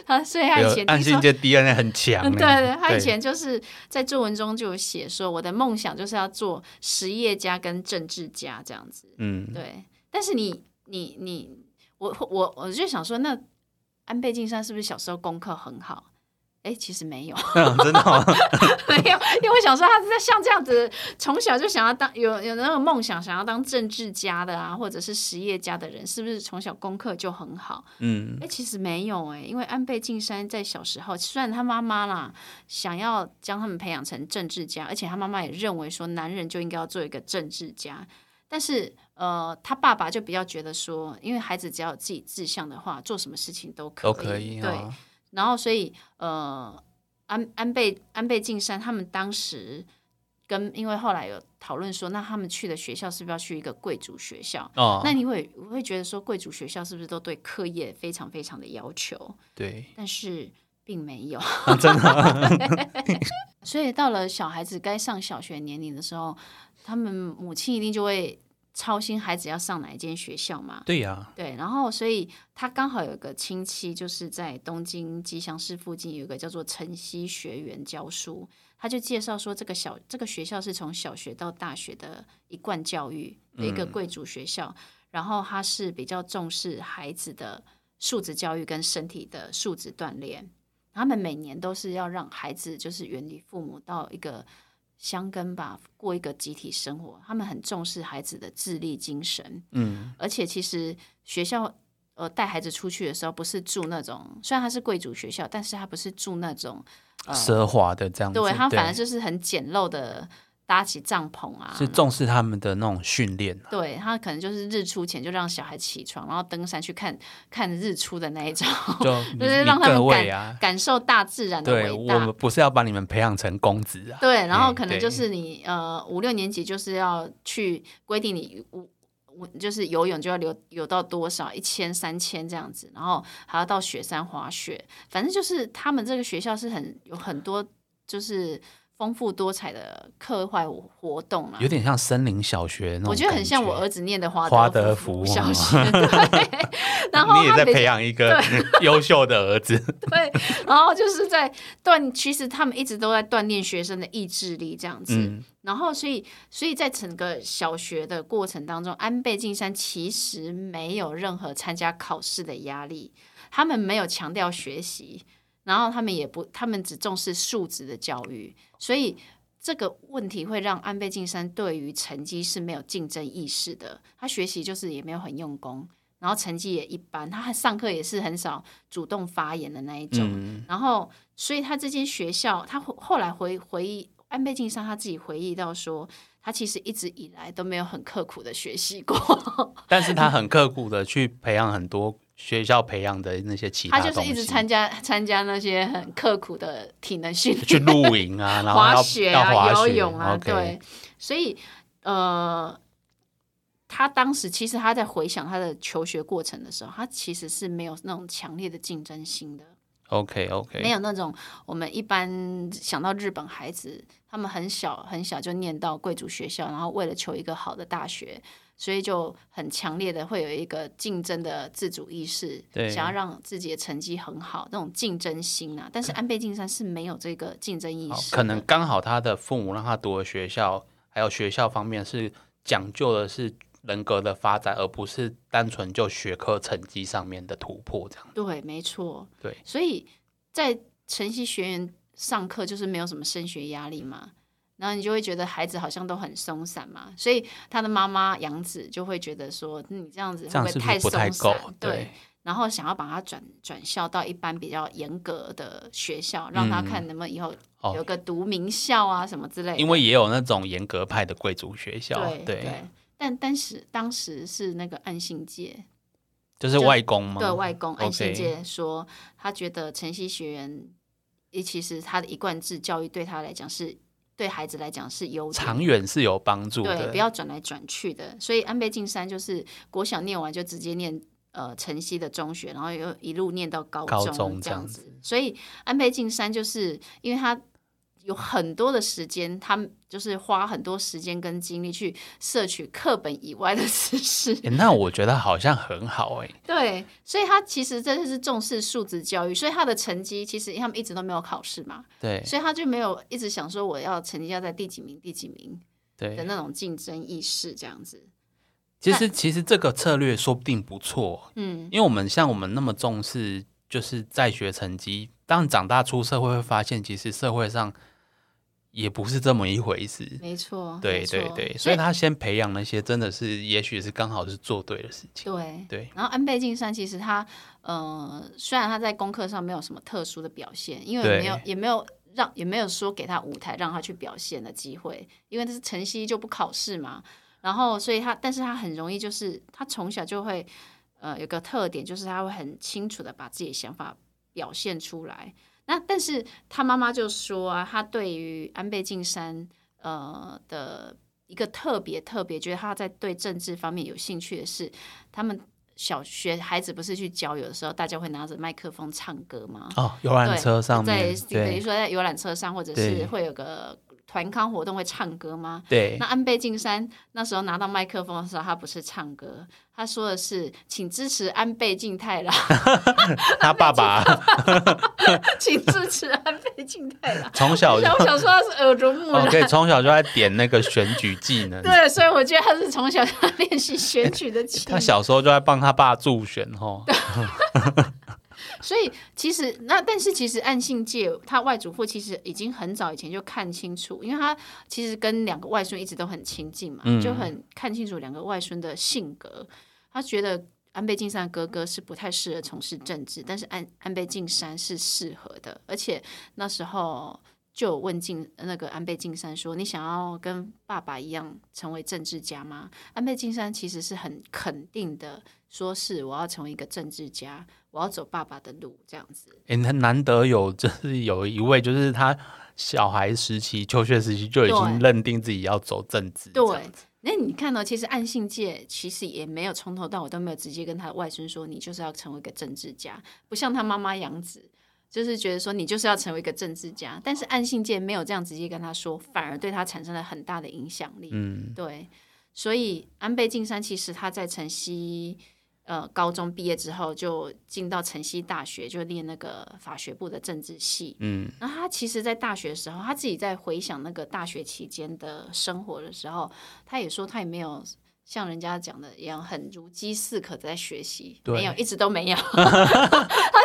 [SPEAKER 2] 他所以他以前
[SPEAKER 1] 安
[SPEAKER 2] 听说
[SPEAKER 1] 信界 DNA 很强欸、
[SPEAKER 2] 嗯，对对，他
[SPEAKER 1] 对
[SPEAKER 2] 以前就是在作文中就有写说，我的梦想就是要做实业家跟政治家这样子。
[SPEAKER 1] 嗯，
[SPEAKER 2] 对，但是你你你，我我我就想说，那安倍晋三是不是小时候功课很好？哎，其实没有，
[SPEAKER 1] 真的哦、
[SPEAKER 2] 没有，因为我想说，他是在像这样子，从小就想要当有有那种梦想，想要当政治家的啊，或者是实业家的人，是不是从小功课就很好？
[SPEAKER 1] 嗯，
[SPEAKER 2] 哎、其实没有哎、因为安倍晋三在小时候，虽然他妈妈啦想要将他们培养成政治家，而且他妈妈也认为说男人就应该要做一个政治家，但是呃，他爸爸就比较觉得说，因为孩子只要有自己志向的话，做什么事情都可
[SPEAKER 1] 都
[SPEAKER 2] 以，
[SPEAKER 1] 可以、
[SPEAKER 2] 对，
[SPEAKER 1] 哦。
[SPEAKER 2] 然后所以呃，安安倍安倍晋三他们当时跟因为后来有讨论说，那他们去的学校是不是要去一个贵族学校？
[SPEAKER 1] 哦，
[SPEAKER 2] 那你会会觉得说贵族学校是不是都对课业非常非常的要求？
[SPEAKER 1] 对，
[SPEAKER 2] 但是并没有，
[SPEAKER 1] 真的哦
[SPEAKER 2] 所以到了小孩子该上小学年龄的时候，他们母亲一定就会操心孩子要上哪一间学校嘛。
[SPEAKER 1] 对呀、
[SPEAKER 2] 对，然后所以他刚好有一个亲戚，就是在东京吉祥寺附近有一个叫做晨曦学园教书，他就介绍说这个小这个学校是从小学到大学的一贯教育的一个贵族学校，然后他是比较重视孩子的素质教育跟身体的素质锻炼，他们每年都是要让孩子就是远离父母到一个。乡根吧，过一个集体生活，他们很重视孩子的智力精神，
[SPEAKER 1] 嗯，
[SPEAKER 2] 而且其实学校呃带孩子出去的时候，不是住那种，虽然它是贵族学校，但是它不是住那
[SPEAKER 1] 嗯
[SPEAKER 2] 种，
[SPEAKER 1] 奢华的这样子，
[SPEAKER 2] 嗯对，它反正就是很简陋的搭起帐篷啊，
[SPEAKER 1] 是重视他们的那种训练啊、
[SPEAKER 2] 对他可能就是日出前就让小孩起床，然后登山去看看日出的那一种，
[SPEAKER 1] 就
[SPEAKER 2] 就
[SPEAKER 1] 你
[SPEAKER 2] 是
[SPEAKER 1] 你
[SPEAKER 2] 让他
[SPEAKER 1] 各
[SPEAKER 2] 们
[SPEAKER 1] 位
[SPEAKER 2] 感、
[SPEAKER 1] 啊。
[SPEAKER 2] 感受大自然的
[SPEAKER 1] 对
[SPEAKER 2] 伟
[SPEAKER 1] 我
[SPEAKER 2] 大
[SPEAKER 1] 们。不是要把你们培养成公子啊，
[SPEAKER 2] 对，然后
[SPEAKER 1] 嗯
[SPEAKER 2] 可能
[SPEAKER 1] 对
[SPEAKER 2] 就是你呃五六年级就是要去规定你五五就是游泳就要游游到多少一千三千这样子，然后还要到雪山滑雪，反正就是他们这个学校是很有很多就是丰富多彩的课外活动啦
[SPEAKER 1] 有。点像森林小学那种
[SPEAKER 2] 我觉得很像我
[SPEAKER 1] 感
[SPEAKER 2] 儿子念的华
[SPEAKER 1] 华
[SPEAKER 2] 德
[SPEAKER 1] 德福
[SPEAKER 2] 福小
[SPEAKER 1] 哦
[SPEAKER 2] 学， 对，然后
[SPEAKER 1] 你也
[SPEAKER 2] 他
[SPEAKER 1] 在
[SPEAKER 2] 比较
[SPEAKER 1] 培养一个 优秀的儿 子，
[SPEAKER 2] 对，然后就是在锻，其实他们一直都在锻炼学生的意志力这样子。
[SPEAKER 1] 嗯
[SPEAKER 2] 然后，所以，所以在整个小学的过程当中，安倍晋三其实没有任何参加考试的压力，他们没有强调学习，然后他们也不，他们只重视素质的教育，所以。这个问题会让安倍晋三对于成绩是没有竞争意识的，他学习就是也没有很用功，然后成绩也一般，他上课也是很少主动发言的那一种。
[SPEAKER 1] 嗯，
[SPEAKER 2] 然后，所以他这间学校，他后后来回回忆安倍晋三他自己回忆到说，他其实一直以来都没有很刻苦的学习过，
[SPEAKER 1] 但是他很刻苦的去培养很多学校培养的那些其
[SPEAKER 2] 他
[SPEAKER 1] 他
[SPEAKER 2] 就是
[SPEAKER 1] 东西，
[SPEAKER 2] 一直参加参加那些很刻苦的体能训
[SPEAKER 1] 去
[SPEAKER 2] 练、
[SPEAKER 1] 露营啊， 然后要
[SPEAKER 2] 滑雪啊、
[SPEAKER 1] 要滑
[SPEAKER 2] 游泳啊
[SPEAKER 1] o k
[SPEAKER 2] 对，所以呃。他当时其实他在回想他的求学过程的时候，他其实是没有那种强烈的竞争心的。
[SPEAKER 1] OK
[SPEAKER 2] 没
[SPEAKER 1] OK，
[SPEAKER 2] 有那种我们一般想到日本孩子，他们很小很小就念到贵族学校，然后为了求一个好的大学，所以就很强烈的会有一个竞争的自主意识，
[SPEAKER 1] 对
[SPEAKER 2] 想要让自己的成绩很好，那种竞争心啊。但是安倍晋三是没有这个竞争意
[SPEAKER 1] 好
[SPEAKER 2] 识的，
[SPEAKER 1] 可能刚好他的父母让他读的学校，还有学校方面是讲究的是人格的发展，而不是单纯就学科成绩上面的突破这样。
[SPEAKER 2] 对，没错，
[SPEAKER 1] 对，
[SPEAKER 2] 所以在晨曦学园上课就是没有什么升学压力嘛，然后你就会觉得孩子好像都很松散嘛，所以他的妈妈杨子就会觉得说你这样子
[SPEAKER 1] 这
[SPEAKER 2] 会
[SPEAKER 1] 样
[SPEAKER 2] 不
[SPEAKER 1] 是不是
[SPEAKER 2] 会太
[SPEAKER 1] 不
[SPEAKER 2] 松
[SPEAKER 1] 太
[SPEAKER 2] 散？
[SPEAKER 1] 够？
[SPEAKER 2] 对，
[SPEAKER 1] 对，
[SPEAKER 2] 然后想要把他转转校到一般比较严格的学校，让他看能不能以后
[SPEAKER 1] 嗯哦
[SPEAKER 2] 有个读名校啊什么之类的，
[SPEAKER 1] 因为也有那种严格派的贵族学校，
[SPEAKER 2] 对但但是当时是那个岸信介，
[SPEAKER 1] 就是
[SPEAKER 2] 就
[SPEAKER 1] 外公吗？
[SPEAKER 2] 对外公安
[SPEAKER 1] OK
[SPEAKER 2] 信介说，他觉得晨曦学员，也其实他的一贯制教育对他来讲是对孩子来讲是优点
[SPEAKER 1] 长远是有帮助
[SPEAKER 2] 对，
[SPEAKER 1] 的，
[SPEAKER 2] 不要转来转去的。所以安倍晋三就是国小念完就直接念呃晨曦的中学，然后又一路念到高
[SPEAKER 1] 高
[SPEAKER 2] 中
[SPEAKER 1] 中
[SPEAKER 2] 这
[SPEAKER 1] 这
[SPEAKER 2] 样
[SPEAKER 1] 样
[SPEAKER 2] 子。所以安倍晋三就是因为他。有很多的时间，他们就是花很多时间跟精力去摄取课本以外的知识。
[SPEAKER 1] 诶那我觉得好像很好哎、
[SPEAKER 2] 对，所以他其实真的是重视素质教育，所以他的成绩其实他们一直都没有考试嘛，
[SPEAKER 1] 对
[SPEAKER 2] 所以他就没有一直想说我要成绩要在第几名、第几名的
[SPEAKER 1] 对，
[SPEAKER 2] 那种竞争意识这样子。
[SPEAKER 1] 其实其实这个策略说不定不错，哦
[SPEAKER 2] 嗯，
[SPEAKER 1] 因为我们像我们那么重视就是在学成绩，当长大出社会会发现，其实社会上也不是这么一回事。
[SPEAKER 2] 没错，
[SPEAKER 1] 对
[SPEAKER 2] 没错
[SPEAKER 1] 对对，所以他先培养那些真的是，也许是刚好是做对的事情。
[SPEAKER 2] 对。
[SPEAKER 1] 对
[SPEAKER 2] 然后安倍晋三其实他，呃，虽然他在功课上没有什么特殊的表现，因为也没有
[SPEAKER 1] 对
[SPEAKER 2] 也没有让也没有说给他舞台让他去表现的机会，因为他是晨曦就不考试嘛。然后所以他，但是他很容易就是他从小就会，呃，有个特点就是他会很清楚的把自己的想法表现出来。那但是他妈妈就说啊，他对于安倍晋三呃的一个特别特别，觉得他在对政治方面有兴趣的是，他们小学孩子不是去郊游的时候，大家会拿着麦克风唱歌吗？
[SPEAKER 1] 哦，游览
[SPEAKER 2] 对
[SPEAKER 1] 车上
[SPEAKER 2] 在
[SPEAKER 1] 面，
[SPEAKER 2] 等于
[SPEAKER 1] 对
[SPEAKER 2] 说在游览车上，或者
[SPEAKER 1] 对
[SPEAKER 2] 是会有个团康活动会唱歌吗？
[SPEAKER 1] 对
[SPEAKER 2] 那安倍晋三那时候拿到麦克风的时候，他不是唱歌，他说的是“请支持安倍晋太郎，
[SPEAKER 1] 他爸爸
[SPEAKER 2] 请支持安倍晋太郎”。
[SPEAKER 1] 从小哦
[SPEAKER 2] 我想，我想说他是耳濡目染，
[SPEAKER 1] OK，从小就在点那个选举技能。
[SPEAKER 2] 对，所以我觉得他是从小就练习选举的技
[SPEAKER 1] 哎他
[SPEAKER 2] 能。
[SPEAKER 1] 小时候就在帮他爸助选哦。
[SPEAKER 2] 所以其实那但是其实岸信介他外祖父其实已经很早以前就看清楚，因为他其实跟两个外孙一直都很亲近嘛，
[SPEAKER 1] 嗯
[SPEAKER 2] 就很看清楚两个外孙的性格。他觉得安倍晋三的哥哥是不太适合从事政治，但是安安倍晋三是适合的，而且那时候。就有问晋那个安倍晋三说：“你想要跟爸爸一样成为政治家吗？”安倍晋三其实是很肯定的，说是我要成为一个政治家，我要走爸爸的路这样子。
[SPEAKER 1] 哎、那难得有，就是有一位，就是他小孩时期、求学时期就已经
[SPEAKER 2] 对
[SPEAKER 1] 认定自己要走政治。这样
[SPEAKER 2] 对，那你看到，其实岸信介其实也没有从头到尾都没有直接跟他的外孙说你就是要成为一个政治家，不像他妈妈杨子，就是觉得说你就是要成为一个政治家。但是岸信介没有这样直接跟他说，反而对他产生了很大的影响力。
[SPEAKER 1] 嗯，
[SPEAKER 2] 对，所以安倍晋三其实他在晨曦呃高中毕业之后，就进到晨曦大学，就念那个法学部的政治系。
[SPEAKER 1] 嗯，
[SPEAKER 2] 然后他其实，在大学的时候，他自己在回想那个大学期间的生活的时候，他也说他也没有。像人家讲的一样，很如饥似渴的在学习，
[SPEAKER 1] 对
[SPEAKER 2] 没有，一直都没有。 他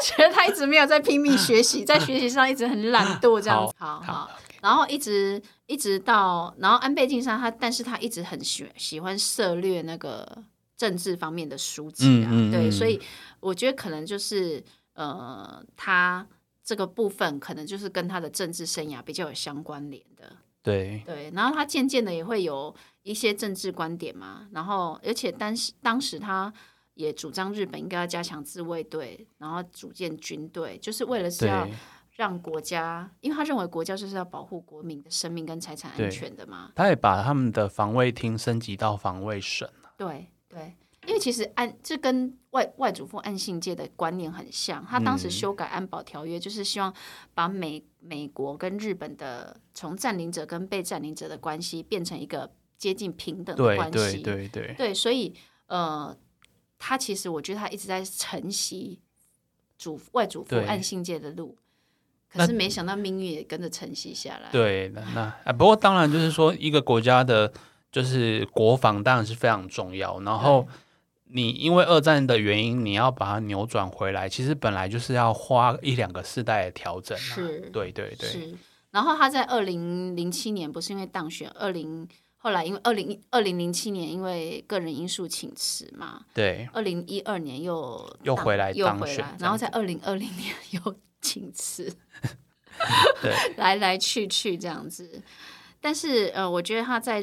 [SPEAKER 2] 觉得他一直没有在拼命学习，在学习上一直很懒惰，这样子。好好，
[SPEAKER 1] 好，OK，
[SPEAKER 2] 然后一直一直到，然后安倍晋三他，但是他一直很喜喜欢涉猎那个政治方面的书籍啊，
[SPEAKER 1] 嗯嗯
[SPEAKER 2] 对，
[SPEAKER 1] 嗯
[SPEAKER 2] 所以我觉得可能就是呃，他这个部分可能就是跟他的政治生涯比较有相关联的，
[SPEAKER 1] 对，
[SPEAKER 2] 对，然后他渐渐的也会有一些政治观点嘛，然后而且当时当时他也主张日本应该要加强自卫队，然后组建军队，就是为了是
[SPEAKER 1] 对，
[SPEAKER 2] 要。让国家，因为他认为国家就是要保护国民的生命跟财产安全的嘛。
[SPEAKER 1] 他也把他们的防卫厅升级到防卫省。
[SPEAKER 2] 对对，因为其实安这跟外外祖父安信界的观念很像，他当
[SPEAKER 1] 嗯
[SPEAKER 2] 时修改安保条约，就是希望把美美国跟日本的从占领者跟被占领者的关系变成一个接近平等的
[SPEAKER 1] 对
[SPEAKER 2] 关系。
[SPEAKER 1] 对对对，
[SPEAKER 2] 对，所以呃，他其实我觉得他一直在承袭祖外祖父
[SPEAKER 1] 对
[SPEAKER 2] 暗信界的路，可
[SPEAKER 1] 那
[SPEAKER 2] 是没想到命运也跟着承袭下来。
[SPEAKER 1] 对，那那啊，不过当然就是说，一个国家的就是国防当然是非常重要。然后你因为二战的原因，你要把它扭转回来，其实本来就是要花一两个世代的调整、啊。
[SPEAKER 2] 是
[SPEAKER 1] 对对对，
[SPEAKER 2] 是。然后他在二零零七年不是因为当选，二零后来因为二零二零零七年因为个人因素请辞嘛，
[SPEAKER 1] 对
[SPEAKER 2] 二零一二年又
[SPEAKER 1] 又
[SPEAKER 2] 当
[SPEAKER 1] 回来
[SPEAKER 2] 又
[SPEAKER 1] 当
[SPEAKER 2] 回
[SPEAKER 1] 选
[SPEAKER 2] 来，
[SPEAKER 1] 这
[SPEAKER 2] 然
[SPEAKER 1] 样
[SPEAKER 2] 后在二零二零年 又请辞，
[SPEAKER 1] 对，
[SPEAKER 2] 来来去去这样子。但是呃，我觉得他在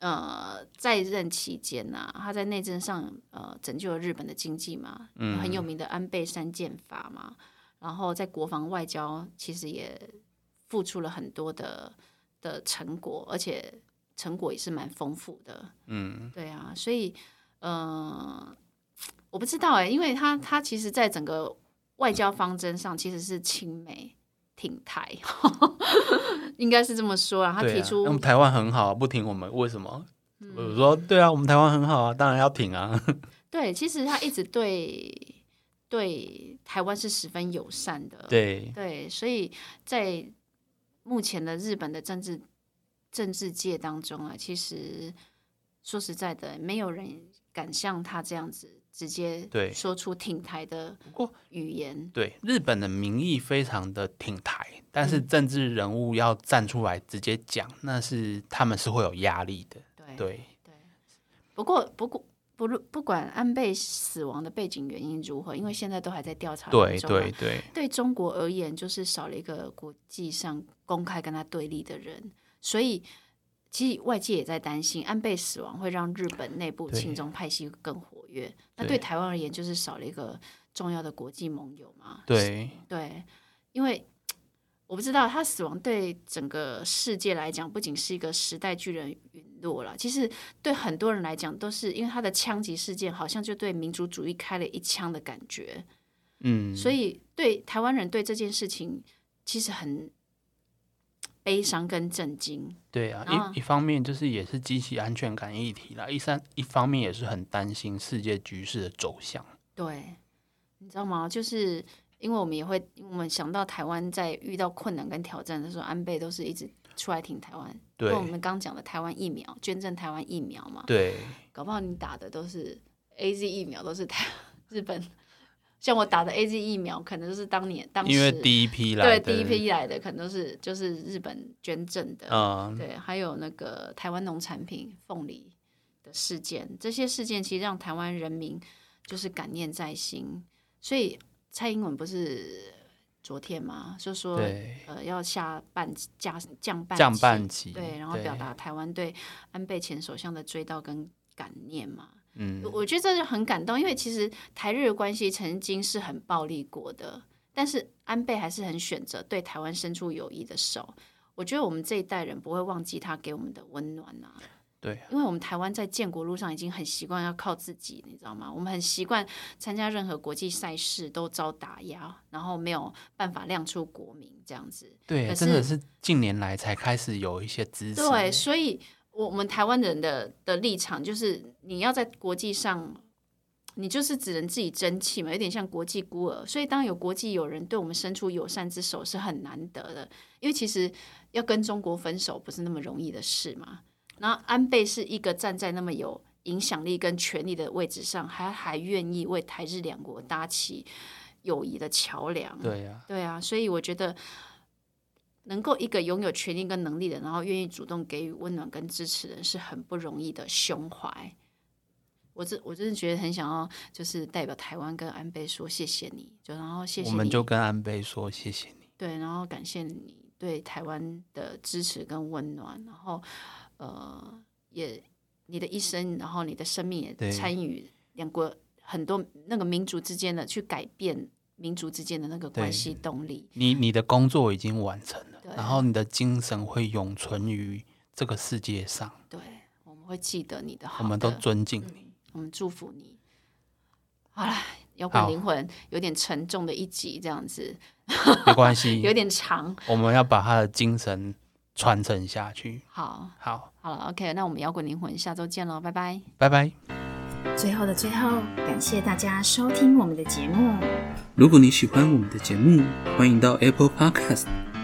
[SPEAKER 2] 呃在任期间呐、他在内政上呃拯救了日本的经济嘛，
[SPEAKER 1] 嗯
[SPEAKER 2] 很有名的安倍三剑法嘛，然后在国防外交其实也付出了很多的的成果，而且成果也是蛮丰富的。
[SPEAKER 1] 嗯，
[SPEAKER 2] 对啊，所以，呃，我不知道哎、因为他他其实，在整个外交方针上，其实是亲美挺台， 应该是这么说啊。他
[SPEAKER 1] 对
[SPEAKER 2] 提
[SPEAKER 1] 啊
[SPEAKER 2] 出嗯
[SPEAKER 1] 那我们台湾很好，不挺我们为什么？我说对啊，我们台湾很好啊，当然要挺啊。
[SPEAKER 2] 对，其实他一直对对台湾是十分友善的。
[SPEAKER 1] 对，
[SPEAKER 2] 对，所以在目前的日本的政治政治界当中啊，其实说实在的，没有人敢像他这样子直接
[SPEAKER 1] 对
[SPEAKER 2] 说出挺台的
[SPEAKER 1] 不过
[SPEAKER 2] 语言。
[SPEAKER 1] 对日本的民意非常的挺台，但
[SPEAKER 2] 嗯
[SPEAKER 1] 是政治人物要站出来直接讲，那是他们是会有压力的。
[SPEAKER 2] 对
[SPEAKER 1] 对。
[SPEAKER 2] 不过不过不论不管安倍死亡的背景原因如何，因为现在都还在调查当
[SPEAKER 1] 对
[SPEAKER 2] 中啊嘛
[SPEAKER 1] 对对，
[SPEAKER 2] 对中国而言，就是少了一个国际上公开跟他对立的人，所以其实外界也在担心安倍死亡会让日本内部
[SPEAKER 1] 对
[SPEAKER 2] 亲中派系更活跃。那
[SPEAKER 1] 对
[SPEAKER 2] 对台湾而言，就是少了一个重要的国际盟友嘛。
[SPEAKER 1] 对
[SPEAKER 2] 对，因为我不知道他死亡对整个世界来讲，不仅是一个时代巨人陨落了，其实对很多人来讲，都是因为他的枪击事件，好像就对民族主义开了一枪的感觉。
[SPEAKER 1] 嗯，
[SPEAKER 2] 所
[SPEAKER 1] 以
[SPEAKER 2] 以对台湾人对这件事情其实很悲伤跟震惊。
[SPEAKER 1] 对啊，
[SPEAKER 2] 然后
[SPEAKER 1] 一一方面就是也是激起安全感议题啦，一三一方面也是很担心世界局势的走向。
[SPEAKER 2] 对，你知道吗？就是因为我们也会，我们想到台湾在遇到困难跟挑战的时候，安倍都是一直出来挺台湾。
[SPEAKER 1] 对
[SPEAKER 2] 跟我们刚讲的台湾疫苗捐赠台湾疫苗嘛，
[SPEAKER 1] 对
[SPEAKER 2] 搞不好你打的都是 A Z 疫苗，都是台 日本。像我打的 A Z 疫苗，可能就是当年当时
[SPEAKER 1] 因为第一批来
[SPEAKER 2] 对
[SPEAKER 1] 的，
[SPEAKER 2] 第一，批来的，可能都是就是日本捐赠的。
[SPEAKER 1] 嗯，
[SPEAKER 2] 对，还有那个台湾农产品凤梨的事件，这些事件其实让台湾人民就是感念在心。所以蔡英文不是昨天嘛，就说
[SPEAKER 1] 对，
[SPEAKER 2] 呃要下半降降半
[SPEAKER 1] 降
[SPEAKER 2] 旗
[SPEAKER 1] 半旗，
[SPEAKER 2] 对，然后表达台湾对安倍前首相的追悼跟感念嘛。
[SPEAKER 1] 嗯
[SPEAKER 2] 我，我觉得这就很感动，因为其实台日的关系曾经是很暴力过的，但是安倍还是很选择对台湾伸出友谊的手。我觉得我们这一代人不会忘记他给我们的温暖啊，
[SPEAKER 1] 对，
[SPEAKER 2] 因为我们台湾在建国路上已经很习惯要靠自己，你知道吗？我们很习惯参加任何国际赛事都遭打压，然后没有办法亮出国民这样子。
[SPEAKER 1] 对，
[SPEAKER 2] 可
[SPEAKER 1] 真的是近年来才开始有一些支持，
[SPEAKER 2] 对，所以我们台湾人的的立场就是，你要在国际上，你就是只能自己争气嘛，有点像国际孤儿。所以，当有国际友人对我们伸出友善之手是很难得的，因为其实要跟中国分手不是那么容易的事嘛。然后，安倍是一个站在那么有影响力跟权力的位置上，还还愿意为台日两国搭起友谊的桥梁。
[SPEAKER 1] 对呀、
[SPEAKER 2] 对啊，所以我觉得能够一个拥有权利跟能力的人，然后愿意主动给予温暖跟支持的人，是很不容易的胸怀。我真我真的觉得很想要，就是代表台湾跟安倍说谢谢你，就然后谢谢
[SPEAKER 1] 我
[SPEAKER 2] 你，
[SPEAKER 1] 们就跟安倍说谢谢你，
[SPEAKER 2] 对，然后感谢你对台湾的支持跟温暖，然后呃，也你的一生，然后你的生命
[SPEAKER 1] 对
[SPEAKER 2] 也参与两国很多那个民族之间的去改变民族之间的那个
[SPEAKER 1] 对
[SPEAKER 2] 关系动力。
[SPEAKER 1] 你你的工作已经完成了，
[SPEAKER 2] 对
[SPEAKER 1] 然后你的精神会永存于这个世界上，
[SPEAKER 2] 对，我们会记得你的好
[SPEAKER 1] 我
[SPEAKER 2] 的。
[SPEAKER 1] 们都尊敬你，
[SPEAKER 3] 我们祝福你。好啦，摇滚
[SPEAKER 4] 好
[SPEAKER 3] 灵魂有点沉重的一集，这样子
[SPEAKER 2] 嗯
[SPEAKER 4] 没关
[SPEAKER 3] 有
[SPEAKER 4] 系，
[SPEAKER 3] 点长。
[SPEAKER 4] 我们要把他的精神传承下去。
[SPEAKER 3] 好，
[SPEAKER 4] 好，
[SPEAKER 3] 好了，OK，那我们摇滚灵魂下周见喽，拜拜。
[SPEAKER 4] 拜拜。
[SPEAKER 2] 最后的最后，感谢大家收听我们的节目。
[SPEAKER 1] 如果你喜欢我们的节目，欢迎到 Apple Podcast